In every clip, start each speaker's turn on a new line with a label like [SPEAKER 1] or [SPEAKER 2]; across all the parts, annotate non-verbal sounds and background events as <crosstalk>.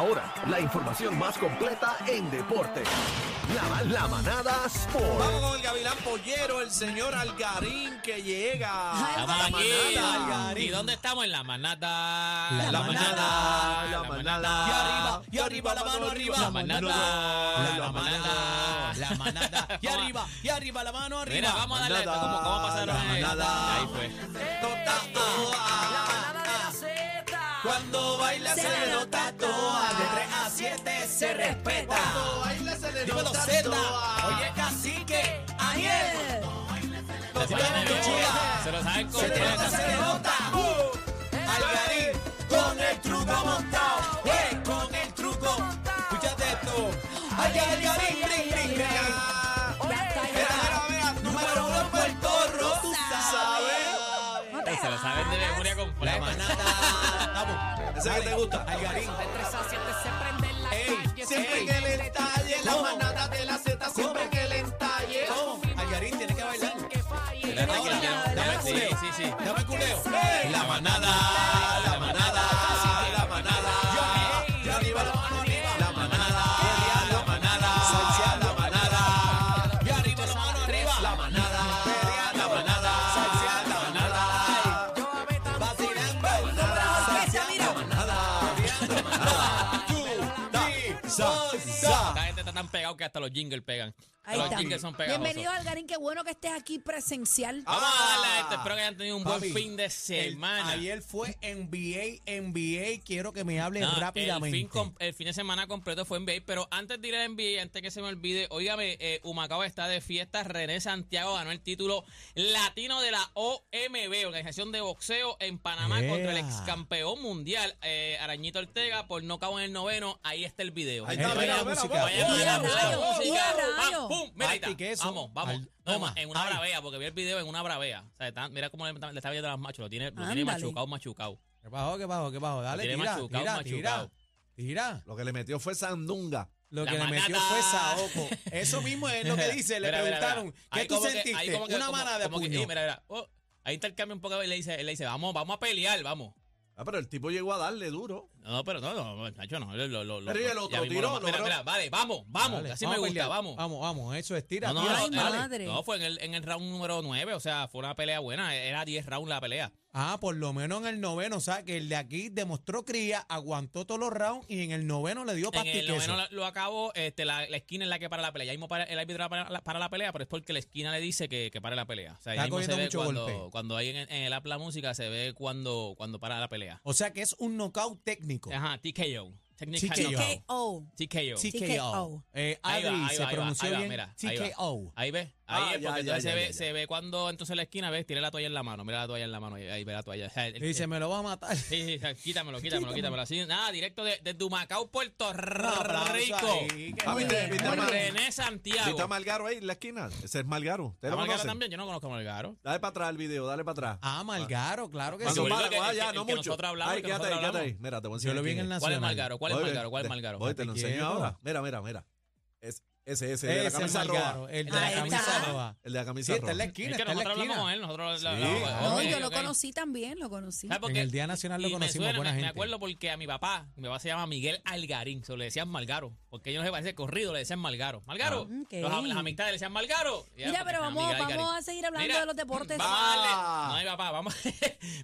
[SPEAKER 1] hora, la información más completa en deporte. La, la manada
[SPEAKER 2] Vamos
[SPEAKER 1] Sport.
[SPEAKER 2] con el Gavilán Pollero, el señor Algarín que llega.
[SPEAKER 3] Ay,
[SPEAKER 2] La
[SPEAKER 3] papá.
[SPEAKER 2] manada
[SPEAKER 4] ¿Y
[SPEAKER 2] Algarín.
[SPEAKER 4] dónde estamos? En la manada. La,
[SPEAKER 2] manada, la manada.
[SPEAKER 4] Y
[SPEAKER 3] arriba, y arriba, la mano arriba.
[SPEAKER 4] La manada.
[SPEAKER 2] La
[SPEAKER 4] La manada.
[SPEAKER 3] La manada. Y arriba, y arriba, la mano arriba.
[SPEAKER 4] Mira, vamos a darle
[SPEAKER 2] manada,
[SPEAKER 4] esto. ¿Cómo, cómo pasaron?
[SPEAKER 2] la manada.
[SPEAKER 4] Ahí fue.
[SPEAKER 2] Tota toa. Cuando baila se le nota toa. De 3 a 7 se respeta. Cuando baila se le
[SPEAKER 3] Dímelo,
[SPEAKER 2] nota
[SPEAKER 3] Zeta.
[SPEAKER 2] toa.
[SPEAKER 3] Oye, cacique, Aniel.
[SPEAKER 4] Se,
[SPEAKER 2] Tota
[SPEAKER 4] saben de
[SPEAKER 2] toa.
[SPEAKER 4] memoria, se lo saben
[SPEAKER 2] Se le nota,
[SPEAKER 4] completo.
[SPEAKER 2] se le nota. Uh. Algarín con el truco montado. Eh, con el truco. Escúchate esto. Algarín, ring, ring, ring. Mira, mira, mira, número uno en Puerto Rico, tú sabes.
[SPEAKER 4] Se lo saben de memoria
[SPEAKER 2] La
[SPEAKER 4] completa.
[SPEAKER 2] manada. Vamos, ese que te gusta. Algarín. Ey, siempre que le entalle, la manada de la Z, siempre que le entalle. Algarín, tienes que bailar.
[SPEAKER 4] Espérate que
[SPEAKER 2] Ahora,
[SPEAKER 4] la-
[SPEAKER 2] dame
[SPEAKER 4] Sí,
[SPEAKER 2] culeo.
[SPEAKER 4] sí, sí.
[SPEAKER 2] Dame culeo. La manada, la manada, la manada. Yo arriba, la mano arriba. La manada, la manada, la manada. Yo arriba, la mano arriba. La manada, la manada, la manada. Vacilando, la manada, la manada. Tú, ti, sa, sa.
[SPEAKER 4] La gente está tan pegado que hasta los jingles pegan.
[SPEAKER 5] Ahí
[SPEAKER 4] los
[SPEAKER 5] está.
[SPEAKER 4] jingles son pegajosos.
[SPEAKER 5] Bienvenido, Algarín. Qué bueno que estés aquí presencial.
[SPEAKER 2] Ah,
[SPEAKER 4] Vamos a darle a esto. Espero que hayan tenido un buen
[SPEAKER 3] Papi,
[SPEAKER 4] fin de
[SPEAKER 3] El-
[SPEAKER 4] semana.
[SPEAKER 3] ayer fue NBA, NBA. Quiero que me hables
[SPEAKER 4] No,
[SPEAKER 3] rápidamente.
[SPEAKER 4] El fin, com- el fin de semana completo fue NBA, pero antes de ir a NBA, antes que se me olvide, óigame, eh, Humacao está de fiesta, René Santiago ganó el título latino de la OMB, Organización de Boxeo en Panamá,
[SPEAKER 3] Ea.
[SPEAKER 4] contra el ex campeón mundial, eh, Arañito Ortega, por no cabo en el noveno, ahí está el video.
[SPEAKER 2] Ahí
[SPEAKER 3] está,
[SPEAKER 4] Vaya
[SPEAKER 3] mira,
[SPEAKER 4] música,
[SPEAKER 3] mira,
[SPEAKER 4] vaya
[SPEAKER 5] mira,
[SPEAKER 4] mala
[SPEAKER 5] rayos,
[SPEAKER 4] música,
[SPEAKER 5] mira,
[SPEAKER 4] pam,
[SPEAKER 5] rayos.
[SPEAKER 4] pum, mira ahí
[SPEAKER 3] Ay,
[SPEAKER 4] está.
[SPEAKER 3] que eso.
[SPEAKER 4] Vamos, vamos.
[SPEAKER 3] Al-
[SPEAKER 4] No,
[SPEAKER 3] toma,
[SPEAKER 4] en una
[SPEAKER 3] ay.
[SPEAKER 4] bravea, porque vi el video en una bravea. O sea, está- mira cómo le, le está viendo las machos, lo tiene, lo tiene
[SPEAKER 5] Ándale.
[SPEAKER 4] machucado, machucado.
[SPEAKER 3] ¿Qué pasó? ¿Qué pasó? ¿Qué pasó? Dale,
[SPEAKER 4] tiene
[SPEAKER 3] tira,
[SPEAKER 4] machucado,
[SPEAKER 3] tira,
[SPEAKER 4] machucado.
[SPEAKER 3] tira, tira.
[SPEAKER 2] Lo que le metió fue Sandunga.
[SPEAKER 3] Lo
[SPEAKER 4] La
[SPEAKER 3] que le metió
[SPEAKER 4] manada.
[SPEAKER 3] fue Saoco. Eso mismo es lo que dice. Le
[SPEAKER 4] Mira, mira,
[SPEAKER 3] preguntaron,
[SPEAKER 4] mira.
[SPEAKER 3] ¿qué
[SPEAKER 4] Ahí
[SPEAKER 3] tú
[SPEAKER 4] como que- ahí
[SPEAKER 3] sentiste?
[SPEAKER 4] como que-
[SPEAKER 3] Una
[SPEAKER 4] como-
[SPEAKER 3] manada de
[SPEAKER 4] como que-
[SPEAKER 3] puño.
[SPEAKER 4] y mira, mira. Oh, ahí intercambia un poco y le dice, él le dice, vamos, vamos a pelear, vamos.
[SPEAKER 2] Ah, pero el tipo llegó a darle duro.
[SPEAKER 4] No, pero no, no, Nacho, no. Lo, lo, lo,
[SPEAKER 2] Pero y el
[SPEAKER 4] ya
[SPEAKER 2] otro
[SPEAKER 4] mismo
[SPEAKER 2] tiró,
[SPEAKER 4] lo- Mira,
[SPEAKER 2] logró.
[SPEAKER 4] mira, vale, vamos, vamos.
[SPEAKER 3] Dale,
[SPEAKER 4] así
[SPEAKER 3] vamos a
[SPEAKER 4] me gusta,
[SPEAKER 3] pelear.
[SPEAKER 4] vamos.
[SPEAKER 3] Vamos, vamos. Eso es tira,
[SPEAKER 4] No, no,
[SPEAKER 3] tira,
[SPEAKER 4] no,
[SPEAKER 5] Ay,
[SPEAKER 3] dale.
[SPEAKER 4] dale.
[SPEAKER 5] madre.
[SPEAKER 4] No, fue en el, en el round número 9, o sea, fue una pelea buena, era 10 rounds la pelea.
[SPEAKER 3] Ah, por lo menos en el noveno, o sea, que el de aquí demostró cría, aguantó todos los rounds y en el noveno le dio
[SPEAKER 4] En el
[SPEAKER 3] pastiqueso.
[SPEAKER 4] noveno la- lo acabó, este, la, la esquina es la que para la pelea. Ya mismo para, el árbitro para la, para la pelea, pero es porque la esquina le dice que, que pare la pelea. O sea, ya
[SPEAKER 3] Está
[SPEAKER 4] mismo se
[SPEAKER 3] cogiendo
[SPEAKER 4] ve
[SPEAKER 3] mucho
[SPEAKER 4] cuando,
[SPEAKER 3] golpe.
[SPEAKER 4] cuando hay en, en el app la música, se ve cuando, cuando para la pelea.
[SPEAKER 3] O sea, que es un knockout técnico.
[SPEAKER 4] Ajá, TKO. Technical
[SPEAKER 3] TKO.
[SPEAKER 4] knockout.
[SPEAKER 5] K.O.
[SPEAKER 4] TKO.
[SPEAKER 3] TKO. Eh,
[SPEAKER 4] Ahí va,
[SPEAKER 3] Adri
[SPEAKER 4] ahí
[SPEAKER 3] se
[SPEAKER 4] va, ahí va,
[SPEAKER 3] pronunció
[SPEAKER 4] ahí va,
[SPEAKER 3] bien.
[SPEAKER 4] mira, ahí va.
[SPEAKER 3] TKO.
[SPEAKER 4] Ahí ves, ahí
[SPEAKER 2] Ah,
[SPEAKER 4] es, porque
[SPEAKER 2] ya,
[SPEAKER 4] entonces
[SPEAKER 2] ya,
[SPEAKER 4] se,
[SPEAKER 2] ya,
[SPEAKER 4] ve,
[SPEAKER 2] ya,
[SPEAKER 4] se ve cuando entonces en la esquina, ves, tiene la toalla en la mano, mira la toalla en la mano, ahí, ahí ve la toalla. O sea, el-
[SPEAKER 3] Le dice,
[SPEAKER 4] el-
[SPEAKER 3] me lo va a matar.
[SPEAKER 4] sí, sí, sí, quítamelo, quítamelo, quítamelo. Así, nada, directo de- desde Humacao, Puerto
[SPEAKER 3] <laughs> aplauso
[SPEAKER 4] Rico.
[SPEAKER 3] ahí, qué
[SPEAKER 2] Ah, viste, viste,
[SPEAKER 4] Por
[SPEAKER 2] hermano.
[SPEAKER 4] René
[SPEAKER 2] ¿Viste
[SPEAKER 4] Santiago.
[SPEAKER 2] a Malgaro ahí en la esquina? Ese es Malgaro. ¿Ustedes
[SPEAKER 4] ¿A
[SPEAKER 2] lo
[SPEAKER 4] Malgaro
[SPEAKER 2] conocen?
[SPEAKER 4] también? Yo no conozco a Malgaro.
[SPEAKER 2] Dale para atrás el video, dale para atrás.
[SPEAKER 3] Ah, Malgaro, claro que
[SPEAKER 4] Ah,
[SPEAKER 3] sí.
[SPEAKER 2] Cuando
[SPEAKER 4] sí,
[SPEAKER 2] para,
[SPEAKER 4] el que-
[SPEAKER 2] ah, ya,
[SPEAKER 4] el
[SPEAKER 2] no
[SPEAKER 4] que
[SPEAKER 2] mucho.
[SPEAKER 4] nosotros hablamos,
[SPEAKER 2] Ay,
[SPEAKER 4] el que
[SPEAKER 2] quédate ahí,
[SPEAKER 4] nosotros
[SPEAKER 2] quédate ahí.
[SPEAKER 4] hablamos.
[SPEAKER 2] Mira, te voy a
[SPEAKER 3] Yo
[SPEAKER 2] enseñar.
[SPEAKER 3] lo vi en
[SPEAKER 2] quién
[SPEAKER 3] el
[SPEAKER 2] es.
[SPEAKER 4] ¿Cuál es
[SPEAKER 3] Nacional.
[SPEAKER 4] Malgaro? ¿Cuál es
[SPEAKER 2] Voy,
[SPEAKER 4] Malgaro? ¿Cuál es
[SPEAKER 2] te-
[SPEAKER 4] Malgaro?
[SPEAKER 2] Voy, te lo
[SPEAKER 3] Te
[SPEAKER 2] enseño
[SPEAKER 3] quiero.
[SPEAKER 2] ahora. Mira, mira, mira. Es- Ese, ese, el de la
[SPEAKER 3] Ese es
[SPEAKER 2] camisa
[SPEAKER 3] Malgaro,
[SPEAKER 2] roja.
[SPEAKER 3] el de
[SPEAKER 5] Ahí
[SPEAKER 3] la
[SPEAKER 5] está.
[SPEAKER 3] camisa roja.
[SPEAKER 2] El de la
[SPEAKER 3] Sí,
[SPEAKER 2] camisa
[SPEAKER 3] está en la
[SPEAKER 2] roja.
[SPEAKER 3] esquina,
[SPEAKER 4] es que
[SPEAKER 3] está en la
[SPEAKER 4] nosotros hablamos con
[SPEAKER 3] esquina. Eh,
[SPEAKER 4] él, nosotros la-
[SPEAKER 2] Sí,
[SPEAKER 4] la-
[SPEAKER 2] claro.
[SPEAKER 5] No,
[SPEAKER 4] ok,
[SPEAKER 5] yo lo
[SPEAKER 4] ok. Ah,
[SPEAKER 5] conocí también, lo conocí.
[SPEAKER 4] ¿Sabes por
[SPEAKER 3] En
[SPEAKER 4] qué?
[SPEAKER 3] el Día Nacional lo
[SPEAKER 4] Y
[SPEAKER 3] conocimos,
[SPEAKER 4] me, suena,
[SPEAKER 3] buena
[SPEAKER 4] me- me
[SPEAKER 3] gente.
[SPEAKER 4] acuerdo porque a mi papá, mi papá se llama Miguel Algarín, se le decían Malgaro, porque ellos no se parece corrido, le decían Malgaro. Malgaro,
[SPEAKER 5] Ah, ok.
[SPEAKER 4] los am- las amistades le decían Malgaro. Ya,
[SPEAKER 5] Mira,
[SPEAKER 4] porque
[SPEAKER 5] pero
[SPEAKER 4] se llama
[SPEAKER 5] vamos,
[SPEAKER 4] Miguel Algarín.
[SPEAKER 5] vamos a seguir hablando
[SPEAKER 4] Mira,
[SPEAKER 5] de los deportes.
[SPEAKER 4] Vamos a
[SPEAKER 2] Ah.
[SPEAKER 4] darle, no, mi papá, vamos,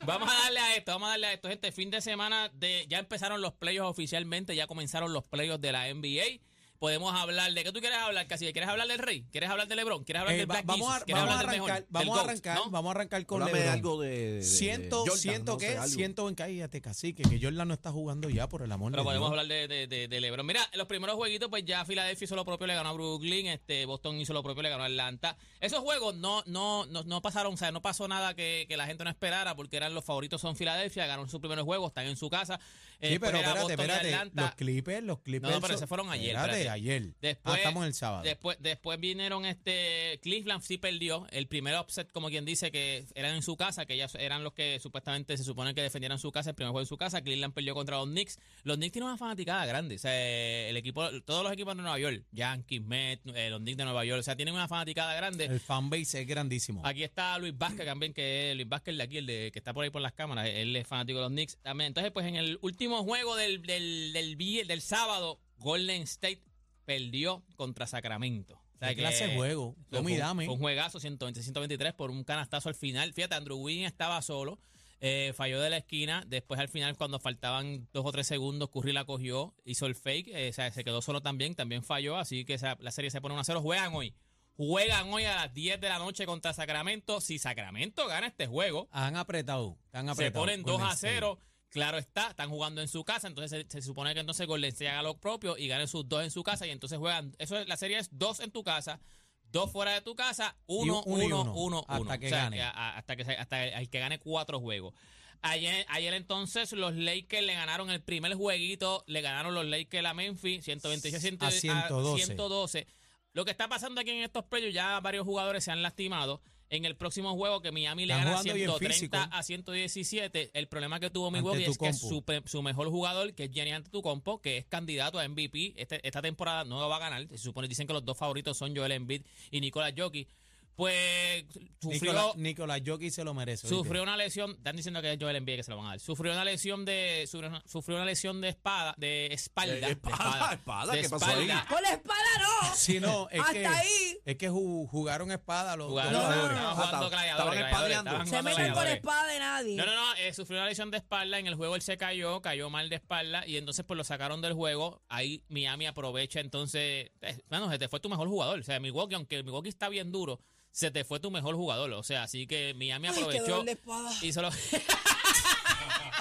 [SPEAKER 4] vamos a <laughs> darle a esto, vamos a darle a esto, gente. Fin de semana, de, ya empezaron los playoffs oficialmente, ya comenzaron los playoffs de la NBA. Podemos hablar de qué tú quieres hablar, casi. ¿Quieres hablar del Rey? ¿Quieres hablar del LeBron? ¿Quieres hablar
[SPEAKER 3] Eh,
[SPEAKER 4] del
[SPEAKER 3] va-
[SPEAKER 4] Black
[SPEAKER 3] vamos a,
[SPEAKER 4] Jesus? ¿Quieres
[SPEAKER 3] vamos a
[SPEAKER 4] hablar del mejor?
[SPEAKER 3] arrancar,
[SPEAKER 4] Del
[SPEAKER 3] vamos a
[SPEAKER 4] GOAT,
[SPEAKER 3] arrancar,
[SPEAKER 4] no?
[SPEAKER 3] vamos a arrancar con
[SPEAKER 2] Háblame
[SPEAKER 3] LeBron.
[SPEAKER 2] algo de- de. de
[SPEAKER 3] Ciento,
[SPEAKER 2] Jordan,
[SPEAKER 3] ciento
[SPEAKER 2] no sé,
[SPEAKER 3] que,
[SPEAKER 2] algo.
[SPEAKER 4] <laughs>
[SPEAKER 3] ciento en cállate, cacique, que Jordan no está jugando ya, por el amor
[SPEAKER 4] Pero
[SPEAKER 3] de Dios.
[SPEAKER 4] podemos hablar de, de, de- de LeBron. Mira, los primeros jueguitos, pues ya Philadelphia hizo lo propio, le ganó a Brooklyn, este, Boston hizo lo propio, le ganó a Atlanta. Esos juegos no, no, no, no pasaron, o sea, no pasó nada que, que la gente no esperara, porque eran los favoritos, son Filadelfia, ganaron sus primeros juegos, están en su casa. Eh,
[SPEAKER 3] Sí,
[SPEAKER 4] después
[SPEAKER 3] pero
[SPEAKER 4] era
[SPEAKER 3] espérate,
[SPEAKER 4] Boston y
[SPEAKER 3] espérate.
[SPEAKER 4] Atlanta.
[SPEAKER 3] Los Clippers, los Clippers.
[SPEAKER 4] No, no, pero
[SPEAKER 3] son-
[SPEAKER 4] se fueron ayer,
[SPEAKER 3] Espérate,
[SPEAKER 4] espérate,
[SPEAKER 3] ayer.
[SPEAKER 4] Después,
[SPEAKER 3] Ah, estamos en el sábado.
[SPEAKER 4] Después, después vinieron este. Cleveland sí perdió. El primer upset, como quien dice, que eran en su casa, que ellos eran los que supuestamente se supone que defendieran su casa, el primer juego en su casa. Cleveland perdió contra los Knicks. Los Knicks tienen una fanaticada grande. O sea, eh, el equipo, todos los equipos de Nueva York, Yankees, Mets, eh, los Knicks de Nueva York, o sea, tienen una fanaticada grande.
[SPEAKER 3] el fanbase es grandísimo.
[SPEAKER 4] Aquí está Luis Vázquez también, que es Luis Vázquez de aquí, el de, que está por ahí por las cámaras. Él es fanático de los Knicks también. Entonces, pues en el último juego del, del, del, vi- del sábado, Golden State perdió contra Sacramento. O sea
[SPEAKER 3] ¿Qué
[SPEAKER 4] que-
[SPEAKER 3] clase de juego?
[SPEAKER 4] Fue
[SPEAKER 3] Toma y
[SPEAKER 4] un-
[SPEAKER 3] dame.
[SPEAKER 4] fue un juegazo, 120-123 por un canastazo al final. Fíjate, Andrew Wiggins estaba solo. eh, falló de la esquina. Después, al final, cuando faltaban dos o tres segundos, Curry la cogió, hizo el fake. eh, o sea, se quedó solo también. También falló. Así que esa- la serie se pone 1-0. Juegan hoy. Juegan hoy a las 10 de la noche contra Sacramento. Si Sacramento gana este juego,
[SPEAKER 3] Han apretado, han
[SPEAKER 4] se
[SPEAKER 3] apretado.
[SPEAKER 4] ponen
[SPEAKER 3] Golden
[SPEAKER 4] 2 a
[SPEAKER 3] State.
[SPEAKER 4] 0. Claro está, están jugando en su casa, entonces se, se supone que entonces Golden State haga lo propio y ganen sus dos en su casa y entonces juegan, eso es, la serie es dos en tu casa, dos fuera de tu casa, uno,
[SPEAKER 3] uno y
[SPEAKER 4] uno,
[SPEAKER 3] uno,
[SPEAKER 4] uno, uno.
[SPEAKER 3] hasta que
[SPEAKER 4] O sea,
[SPEAKER 3] gane.
[SPEAKER 4] a- a- hasta que se- hasta el que gane cuatro juegos. Ayer, ayer entonces los Lakers le ganaron el primer jueguito, le ganaron los Lakers a Memphis, 126
[SPEAKER 3] A 112.
[SPEAKER 4] 112. Lo que está pasando aquí en estos playoffs, ya varios jugadores se han lastimado. En el próximo juego que Miami le
[SPEAKER 3] Están
[SPEAKER 4] gana
[SPEAKER 3] jugando bien
[SPEAKER 4] 130
[SPEAKER 3] físico.
[SPEAKER 4] a 117, el problema que tuvo Milwaukee es que
[SPEAKER 3] Antetokounmpo.
[SPEAKER 4] su, pe- su mejor jugador, que es Gianni Antetokounmpo, que es candidato a MVP, este- esta temporada no lo va a ganar. Se supone, dicen que los dos favoritos son Joel Embiid y Nicolas Jokic. Pues sufrió...
[SPEAKER 3] Nicolás, Nicolás Jockey se lo merece. ¿oíste?
[SPEAKER 4] Sufrió una lesión, están diciendo que es Joel Embiid que se lo van a dar. Sufrió una lesión de sufrió una, sufrió una lesión de espada, de espalda,
[SPEAKER 2] De espada, espada,
[SPEAKER 4] de
[SPEAKER 2] ¿qué pasó ahí?
[SPEAKER 4] espalda.
[SPEAKER 5] ¡Con la espada no!
[SPEAKER 3] Sí, no, es
[SPEAKER 5] Hasta
[SPEAKER 3] que,
[SPEAKER 5] ahí.
[SPEAKER 3] Es que ju- jugaron espada los
[SPEAKER 4] Jugaron-
[SPEAKER 5] No,
[SPEAKER 3] los
[SPEAKER 5] no,
[SPEAKER 3] jugadores.
[SPEAKER 5] no,
[SPEAKER 4] estaban
[SPEAKER 2] no.
[SPEAKER 4] jugando
[SPEAKER 2] Ah,
[SPEAKER 4] gladiadores,
[SPEAKER 2] estaban
[SPEAKER 4] gladiadores,
[SPEAKER 2] espadeando.
[SPEAKER 4] estaban
[SPEAKER 5] Se
[SPEAKER 4] jugando
[SPEAKER 5] meten con la
[SPEAKER 4] gladiadores.
[SPEAKER 5] espada de nadie.
[SPEAKER 4] No, no, no, eh, sufrió una lesión de espalda, en el juego él se cayó, cayó mal de espalda y entonces pues lo sacaron del juego, ahí Miami aprovecha entonces, eh, mano, se te fue tu mejor jugador, o sea, Milwaukee, aunque Milwaukee está bien duro, se te fue tu mejor jugador, o sea, así que Miami
[SPEAKER 5] Ay, qué
[SPEAKER 4] aprovechó
[SPEAKER 5] dolor de espada.
[SPEAKER 4] y
[SPEAKER 5] <laughs>
[SPEAKER 4] solo... <laughs>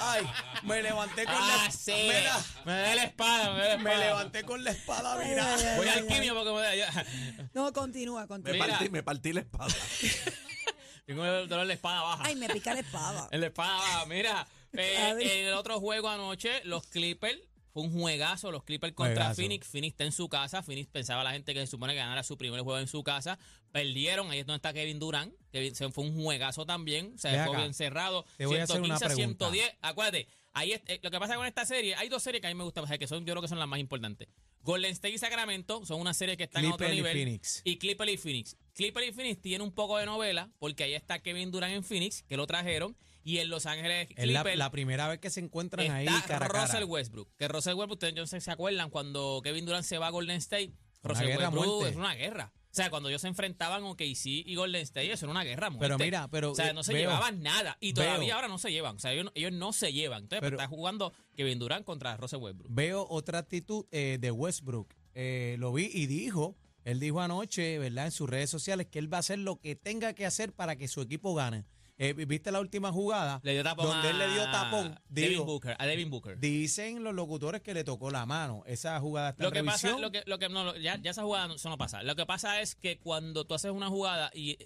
[SPEAKER 3] Ay, me levanté con
[SPEAKER 4] Ah,
[SPEAKER 3] la
[SPEAKER 4] sí.
[SPEAKER 3] Mira,
[SPEAKER 4] Me da la espada, me da la
[SPEAKER 3] me
[SPEAKER 4] espada.
[SPEAKER 3] levanté con la espada,
[SPEAKER 5] Ay,
[SPEAKER 3] mira.
[SPEAKER 5] ay, ay,
[SPEAKER 4] Voy
[SPEAKER 5] ay,
[SPEAKER 4] al
[SPEAKER 5] ay.
[SPEAKER 4] quimio porque me da... <laughs>
[SPEAKER 5] No, continúa,
[SPEAKER 2] Me
[SPEAKER 5] continúa.
[SPEAKER 4] Mira.
[SPEAKER 2] partí, me partí la espada.
[SPEAKER 4] Tengo el dolor de espada baja.
[SPEAKER 5] Ay, me pica la espada.
[SPEAKER 4] El espada,
[SPEAKER 3] <laughs>
[SPEAKER 4] mira. eh,
[SPEAKER 5] Ay.
[SPEAKER 4] en el otro juego anoche, los Clippers. Fue un juegazo, los Clippers contra
[SPEAKER 3] Juegazo.
[SPEAKER 4] Phoenix. Phoenix está en su casa. Phoenix pensaba la gente que se supone que ganara su primer juego en su casa. Perdieron, ahí es donde está Kevin Durant. Kevin se fue un juegazo también. Se
[SPEAKER 3] Ve
[SPEAKER 4] fue
[SPEAKER 3] acá.
[SPEAKER 4] bien cerrado.
[SPEAKER 3] Te voy a hacer una
[SPEAKER 4] 115
[SPEAKER 3] pregunta.
[SPEAKER 4] 110. Acuérdate, ahí es- eh, lo que pasa con esta serie, hay dos series que a mí me gustan, o sea, que son, yo creo que son las más importantes. Golden State y Sacramento son una serie que están a otro
[SPEAKER 3] Clipper y
[SPEAKER 4] nivel.
[SPEAKER 3] Phoenix.
[SPEAKER 4] Y Clipper y Phoenix. Clipper y Phoenix tiene un poco de novela porque ahí está Kevin Durant en Phoenix, que lo trajeron, y en Los Ángeles
[SPEAKER 3] Es la,
[SPEAKER 4] Clippers
[SPEAKER 3] la primera vez que se encuentran
[SPEAKER 4] está
[SPEAKER 3] ahí cara a cara.
[SPEAKER 4] Russell Westbrook. Que Russell Westbrook, ustedes yo no sé si se acuerdan cuando Kevin Durant se va a Golden State,
[SPEAKER 3] Una
[SPEAKER 4] Russell
[SPEAKER 3] guerra a
[SPEAKER 4] Westbrook
[SPEAKER 3] muerte.
[SPEAKER 4] es una guerra. O sea, cuando ellos se enfrentaban OKC y Golden State, eso era una guerra a muerte.
[SPEAKER 3] Pero mira, pero,
[SPEAKER 4] O sea,
[SPEAKER 3] eh,
[SPEAKER 4] no se
[SPEAKER 3] veo-
[SPEAKER 4] llevaban nada. Y todavía
[SPEAKER 3] veo.
[SPEAKER 4] ahora no se llevan. O sea, ellos, no- ellos no se llevan. Entonces,
[SPEAKER 3] Pero-
[SPEAKER 4] pues, está jugando Kevin Durant contra Russell Westbrook.
[SPEAKER 3] Veo otra actitud eh, de Westbrook. Eh, lo vi y dijo, él dijo anoche, ¿verdad? En sus redes sociales que él va a hacer lo que tenga que hacer para que su equipo gane. Eh, ¿Viste la última jugada?
[SPEAKER 4] Le dio tapón
[SPEAKER 3] Donde él le dio
[SPEAKER 4] a
[SPEAKER 3] tapón.
[SPEAKER 4] Devin
[SPEAKER 3] Digo,
[SPEAKER 4] Booker, a Devin Booker.
[SPEAKER 3] Dicen los locutores que le tocó la mano. Esa jugada está
[SPEAKER 4] Lo
[SPEAKER 3] en
[SPEAKER 4] que pasa,
[SPEAKER 3] revisión.
[SPEAKER 4] lo que, lo que no, lo- ya, ya esa jugada no, eso no pasa. Lo que pasa es que cuando tú haces una jugada y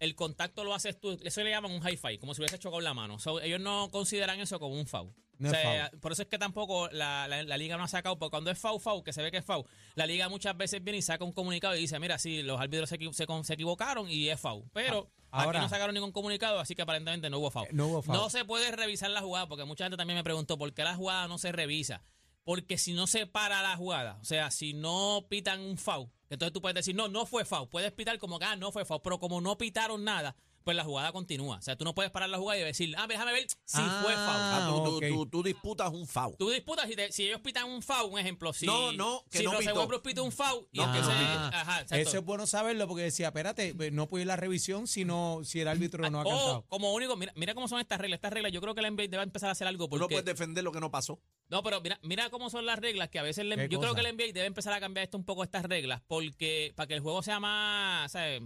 [SPEAKER 4] el contacto lo haces tú, eso le llaman un high five, como si hubiese hecho con la mano. So, ellos no consideran eso como un foul.
[SPEAKER 3] No
[SPEAKER 4] O
[SPEAKER 3] es
[SPEAKER 4] sea, Por eso es que tampoco la, la- la liga no ha sacado, porque cuando es foul, foul, que se ve que es foul, la liga muchas veces viene y saca un comunicado y dice, mira, sí, los árbitros se, equi- se con- se equivocaron y es foul. Pero
[SPEAKER 3] Ah, ahora-
[SPEAKER 4] aquí no sacaron ningún comunicado, así que aparentemente no hubo foul.
[SPEAKER 3] Eh, no hubo foul.
[SPEAKER 4] No se puede revisar la jugada, porque mucha gente también me preguntó por qué la jugada no se revisa. Porque si no se para la jugada, o sea, si no pitan un foul, entonces tú puedes decir, no, no fue foul. Puedes pitar como que, ah, no fue foul, pero como no pitaron nada, pues la jugada continúa. O sea, tú no puedes parar la jugada y decir, ah, déjame ver si fue
[SPEAKER 3] Ah,
[SPEAKER 4] foul.
[SPEAKER 2] Ah, tú, tú-
[SPEAKER 3] ok.
[SPEAKER 2] tú- tú disputas un foul.
[SPEAKER 4] Tú disputas si, te- si ellos pitan un foul, un ejemplo. Si,
[SPEAKER 2] No, no, que
[SPEAKER 4] si
[SPEAKER 2] no
[SPEAKER 4] Russell
[SPEAKER 2] pitó.
[SPEAKER 4] Westbrook pita un foul y
[SPEAKER 2] No, que no
[SPEAKER 4] entonces-
[SPEAKER 2] pitó.
[SPEAKER 4] ajá, exacto.
[SPEAKER 3] Ah, Eso es bueno saberlo porque decía, espérate, no puede ir la revisión si, no, si el árbitro no ha
[SPEAKER 4] O,
[SPEAKER 3] cantado.
[SPEAKER 4] Ah, oh, como único, mira, mira cómo son estas reglas. Estas reglas, yo creo que la NBA debe empezar a hacer algo.
[SPEAKER 2] Tú
[SPEAKER 4] Porque,
[SPEAKER 2] no puedes defender lo que no pasó.
[SPEAKER 4] No, pero mira, mira cómo son las reglas que a veces le-
[SPEAKER 3] ¿Qué
[SPEAKER 4] yo creo
[SPEAKER 3] cosa?
[SPEAKER 4] que el NBA debe empezar a cambiar esto un poco estas reglas porque para que el juego sea más, ¿sabes?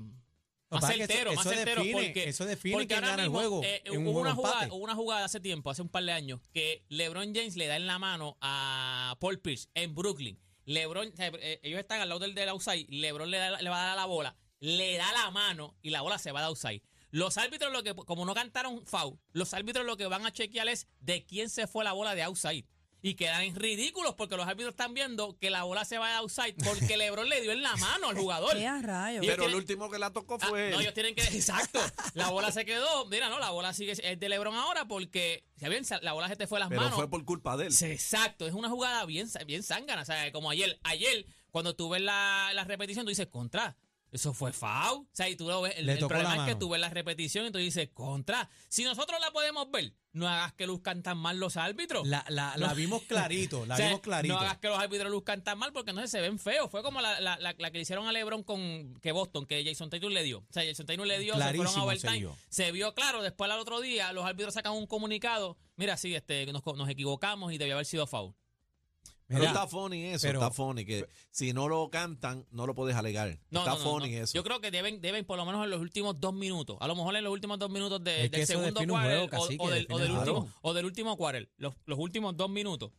[SPEAKER 3] Lo que
[SPEAKER 4] más
[SPEAKER 3] pasa es que eso-
[SPEAKER 4] certero, más
[SPEAKER 3] eso
[SPEAKER 4] certero
[SPEAKER 3] define-
[SPEAKER 4] porque
[SPEAKER 3] eso define
[SPEAKER 4] porque
[SPEAKER 3] quién
[SPEAKER 4] ahora
[SPEAKER 3] gana el
[SPEAKER 4] mismo,
[SPEAKER 3] juego
[SPEAKER 4] eh,
[SPEAKER 3] en un
[SPEAKER 4] hubo
[SPEAKER 3] juego
[SPEAKER 4] una jugada,
[SPEAKER 3] empate.
[SPEAKER 4] hubo una jugada hace tiempo, hace un par de años que LeBron James le da en la mano a Paul Pierce en Brooklyn. LeBron, o sea, eh, ellos están al lado del del outside, LeBron le, da- le va a dar la bola, le da la mano y la bola se va de outside. Los árbitros lo que como no cantaron foul, los árbitros lo que van a chequear es de quién se fue la bola de outside. y quedan en ridículos porque los árbitros están viendo que la bola se va de outside
[SPEAKER 3] <laughs>
[SPEAKER 4] porque LeBron le dio en la mano al jugador.
[SPEAKER 5] ¿Qué a rayos?
[SPEAKER 4] Y-
[SPEAKER 2] Pero el
[SPEAKER 4] tienen-
[SPEAKER 2] último que la tocó
[SPEAKER 4] Ah,
[SPEAKER 2] fue
[SPEAKER 3] Pues.
[SPEAKER 4] no,
[SPEAKER 2] él.
[SPEAKER 4] ellos tienen que. <laughs> Exacto. La bola se quedó. Mira, no, la bola sigue. Es de LeBron ahora porque. ¿sabes bien? La bola se te fue de las
[SPEAKER 2] Pero
[SPEAKER 4] manos.
[SPEAKER 2] fue por culpa de él.
[SPEAKER 4] ah, Sí, Exacto, es una jugada bien, sa- bien zángana. O sea, como ayer, ayer, cuando tú ves la, la repetición, tú dices, contra, eso fue foul. O sea, y tú lo ves. El,
[SPEAKER 3] Le
[SPEAKER 4] el
[SPEAKER 3] tocó
[SPEAKER 4] problema
[SPEAKER 3] la
[SPEAKER 4] es que
[SPEAKER 3] mano.
[SPEAKER 4] tú ves la repetición y tú dices, contra. Si nosotros la podemos ver, no hagas que luzcan tan mal los árbitros.
[SPEAKER 3] La, la, la vimos clarito,
[SPEAKER 4] <laughs>
[SPEAKER 3] la
[SPEAKER 4] O sea,
[SPEAKER 3] vimos clarito.
[SPEAKER 4] No hagas que los árbitros luzcan tan mal porque entonces se ven feos. Fue como la, la- la- la que le hicieron a LeBron con que Boston, que Jason Tatum le dio. O sea, Jason Tatum le dio, se fueron
[SPEAKER 3] Clarísimo
[SPEAKER 4] a
[SPEAKER 3] se
[SPEAKER 4] overtime. Se
[SPEAKER 3] vio.
[SPEAKER 4] vio. claro. Después, al otro día, los árbitros sacan un comunicado. Mira, sí, este, nos, nos equivocamos y debió haber sido foul.
[SPEAKER 2] Pero
[SPEAKER 3] Mira,
[SPEAKER 2] está funny eso,
[SPEAKER 3] pero-
[SPEAKER 2] está funny que si no lo cantan, no lo puedes alegar.
[SPEAKER 4] No,
[SPEAKER 2] está
[SPEAKER 4] no, no,
[SPEAKER 2] funny
[SPEAKER 4] no.
[SPEAKER 2] eso.
[SPEAKER 4] Yo creo que deben, deben, por lo menos en los últimos dos minutos, a lo mejor en los últimos dos minutos de-
[SPEAKER 3] Es que
[SPEAKER 4] del
[SPEAKER 3] eso
[SPEAKER 4] segundo
[SPEAKER 3] define un
[SPEAKER 4] quarter
[SPEAKER 3] juego,
[SPEAKER 4] o-
[SPEAKER 3] cacique,
[SPEAKER 4] o, del, o del
[SPEAKER 3] define
[SPEAKER 2] un
[SPEAKER 4] último, o del último quarter, los, los últimos dos minutos.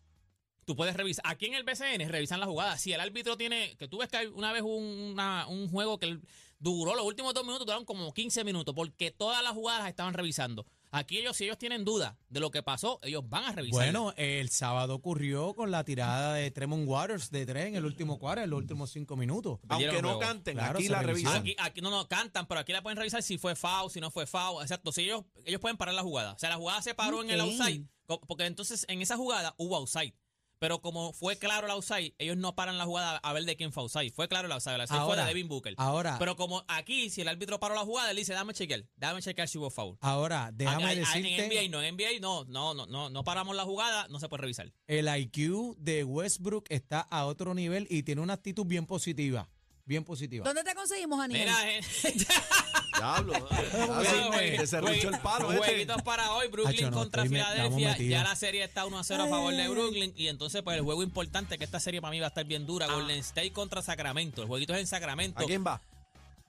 [SPEAKER 4] Tú puedes revisar. Aquí en el BCN revisan la jugada. Si el árbitro tiene. Que tú ves que hay una vez un- una- un juego que el- duró los últimos dos minutos, duraron como 15 minutos, porque todas las jugadas las estaban revisando. Aquí ellos, si ellos tienen duda de lo que pasó, ellos van a revisar.
[SPEAKER 3] Bueno, el sábado ocurrió con la tirada de Tremont Waters de tres en el último cuadro, en los últimos cinco minutos.
[SPEAKER 2] Aunque
[SPEAKER 4] Pidieron
[SPEAKER 2] no
[SPEAKER 4] luego.
[SPEAKER 2] canten,
[SPEAKER 3] Claro,
[SPEAKER 2] aquí
[SPEAKER 3] se
[SPEAKER 2] la
[SPEAKER 3] revisan.
[SPEAKER 2] revisan.
[SPEAKER 4] Ah, Aquí, aquí no, no cantan, pero aquí la pueden revisar si fue foul, si no fue foul. Exacto. Si ellos, ellos pueden parar la jugada. O sea, la jugada se paró en el
[SPEAKER 5] Ok.
[SPEAKER 4] outside. co- Porque entonces en esa jugada hubo outside. Pero como fue claro el outside, ellos no paran la jugada a ver de quién fue outside. Fue claro el outside. El outside fue
[SPEAKER 3] Ahora,
[SPEAKER 4] de Devin Booker.
[SPEAKER 3] Ahora,
[SPEAKER 4] Pero como aquí, si el árbitro paró la jugada, él dice, dame chequear, dame chequear si hubo foul.
[SPEAKER 3] ahora, déjame
[SPEAKER 4] Ay, ay,
[SPEAKER 3] decirte.
[SPEAKER 4] En NBA no, en NBA no, no, no, no, no paramos la jugada, no se puede revisar.
[SPEAKER 3] el IQ de Westbrook está a otro nivel y tiene una actitud bien positiva. Bien positiva.
[SPEAKER 5] ¿Dónde te conseguimos, Aniel?
[SPEAKER 4] Mira, eh, <laughs> gente. <laughs>
[SPEAKER 2] Diablo.
[SPEAKER 3] Cuidado,
[SPEAKER 2] diablo,
[SPEAKER 3] güey.
[SPEAKER 2] que se
[SPEAKER 4] Jue-
[SPEAKER 2] rechó el palo este.
[SPEAKER 4] Jueguitos para hoy, Brooklyn
[SPEAKER 3] Hacho, no,
[SPEAKER 4] contra
[SPEAKER 3] estoy me- estamos
[SPEAKER 4] Filadelfia.
[SPEAKER 3] metidos.
[SPEAKER 4] Ya la serie está 1 a 0 a favor de Brooklyn. Y entonces, pues el juego importante, que esta serie para mí va a estar bien dura. Golden State contra Sacramento. El jueguito es en Sacramento.
[SPEAKER 2] ¿A quién va?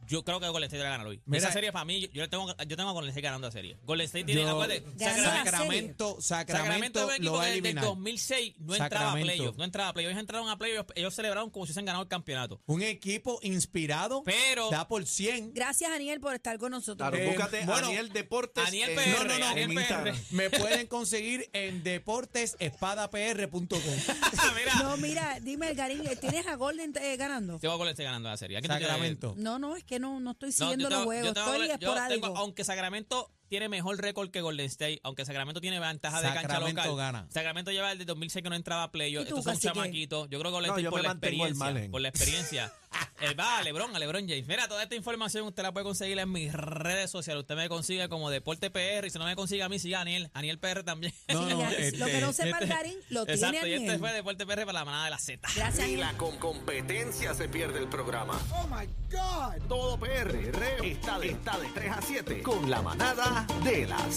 [SPEAKER 4] Yo creo que Golden State va a ganar hoy.
[SPEAKER 3] Mira-
[SPEAKER 4] Esa serie para mí, yo, yo le tengo, yo tengo a Golden State ganando la serie. Golden State tiene
[SPEAKER 3] Yo-
[SPEAKER 4] la de
[SPEAKER 5] Ganó la
[SPEAKER 4] Sacramento.
[SPEAKER 3] Sacramento, Sacramento,
[SPEAKER 4] Sacramento es un
[SPEAKER 3] lo
[SPEAKER 4] equipo
[SPEAKER 3] va a
[SPEAKER 4] que desde el
[SPEAKER 3] eliminar.
[SPEAKER 4] 2006 no entraba a
[SPEAKER 3] Sacramento.
[SPEAKER 4] playoffs. No entraba a playoffs. Ellos entraron a playoffs. Ellos celebraron como si hubiesen ganado el campeonato.
[SPEAKER 3] Un equipo inspirado,
[SPEAKER 4] Pero-
[SPEAKER 3] da por 100.
[SPEAKER 5] Gracias, Aniel, por estar con nosotros.
[SPEAKER 2] Claro,
[SPEAKER 3] Eh,
[SPEAKER 2] búscate
[SPEAKER 3] bueno,
[SPEAKER 2] Daniel Deportes.
[SPEAKER 4] Aniel
[SPEAKER 2] en-
[SPEAKER 4] PR,
[SPEAKER 2] no, no, no,
[SPEAKER 4] Aniel
[SPEAKER 2] en
[SPEAKER 4] PR.
[SPEAKER 2] Instagram.
[SPEAKER 3] Me pueden conseguir en deportesespadapr.com.
[SPEAKER 4] Mira,
[SPEAKER 5] No, mira, dime, Garín, ¿tienes a Golden eh, ganando?
[SPEAKER 4] tengo a Golden State ganando la serie. ¿A quién tú tienes?
[SPEAKER 3] Sacramento.
[SPEAKER 5] No, no, es que no, no estoy
[SPEAKER 4] No, yo
[SPEAKER 5] siguiendo los
[SPEAKER 4] tengo- yo
[SPEAKER 5] juegos.
[SPEAKER 4] tengo-
[SPEAKER 5] Estoy
[SPEAKER 4] yo tengo-
[SPEAKER 5] esporádico.
[SPEAKER 4] aunque Sacramento tiene mejor récord que Golden State, aunque Sacramento tiene ventaja de cancha
[SPEAKER 3] Sacramento
[SPEAKER 4] local.
[SPEAKER 3] gana.
[SPEAKER 4] Sacramento lleva desde 2006 que no entraba a playoff.
[SPEAKER 5] ¿Y tú,
[SPEAKER 4] Estos son
[SPEAKER 5] cacique?
[SPEAKER 4] chamaquitos. Yo creo que Golden
[SPEAKER 2] No,
[SPEAKER 4] State
[SPEAKER 2] yo
[SPEAKER 4] por
[SPEAKER 2] me
[SPEAKER 4] la
[SPEAKER 2] mantengo al
[SPEAKER 4] experiencia.
[SPEAKER 2] Malen.
[SPEAKER 4] Por la
[SPEAKER 2] <laughs>
[SPEAKER 4] experiencia. Eh, va a LeBron, a LeBron James. Mira, toda esta información usted la puede conseguir en mis redes sociales. Usted me consigue como Deporte PR. Y si no me consigue a mí, siga a Aniel. Aniel PR también.
[SPEAKER 3] No,
[SPEAKER 4] <laughs>
[SPEAKER 3] no,
[SPEAKER 5] Sí, ya, lo que
[SPEAKER 3] este,
[SPEAKER 5] no sepa el Garín, lo tiene
[SPEAKER 4] Exacto. Y este
[SPEAKER 5] Aniel.
[SPEAKER 4] fue Deporte PR para la manada de la Z.
[SPEAKER 5] Gracias,
[SPEAKER 1] Ni
[SPEAKER 5] Aniel.
[SPEAKER 1] la con competencia se pierde el programa. Oh E my God. Todo PR está de, está de 3 a 7 con la manada de las.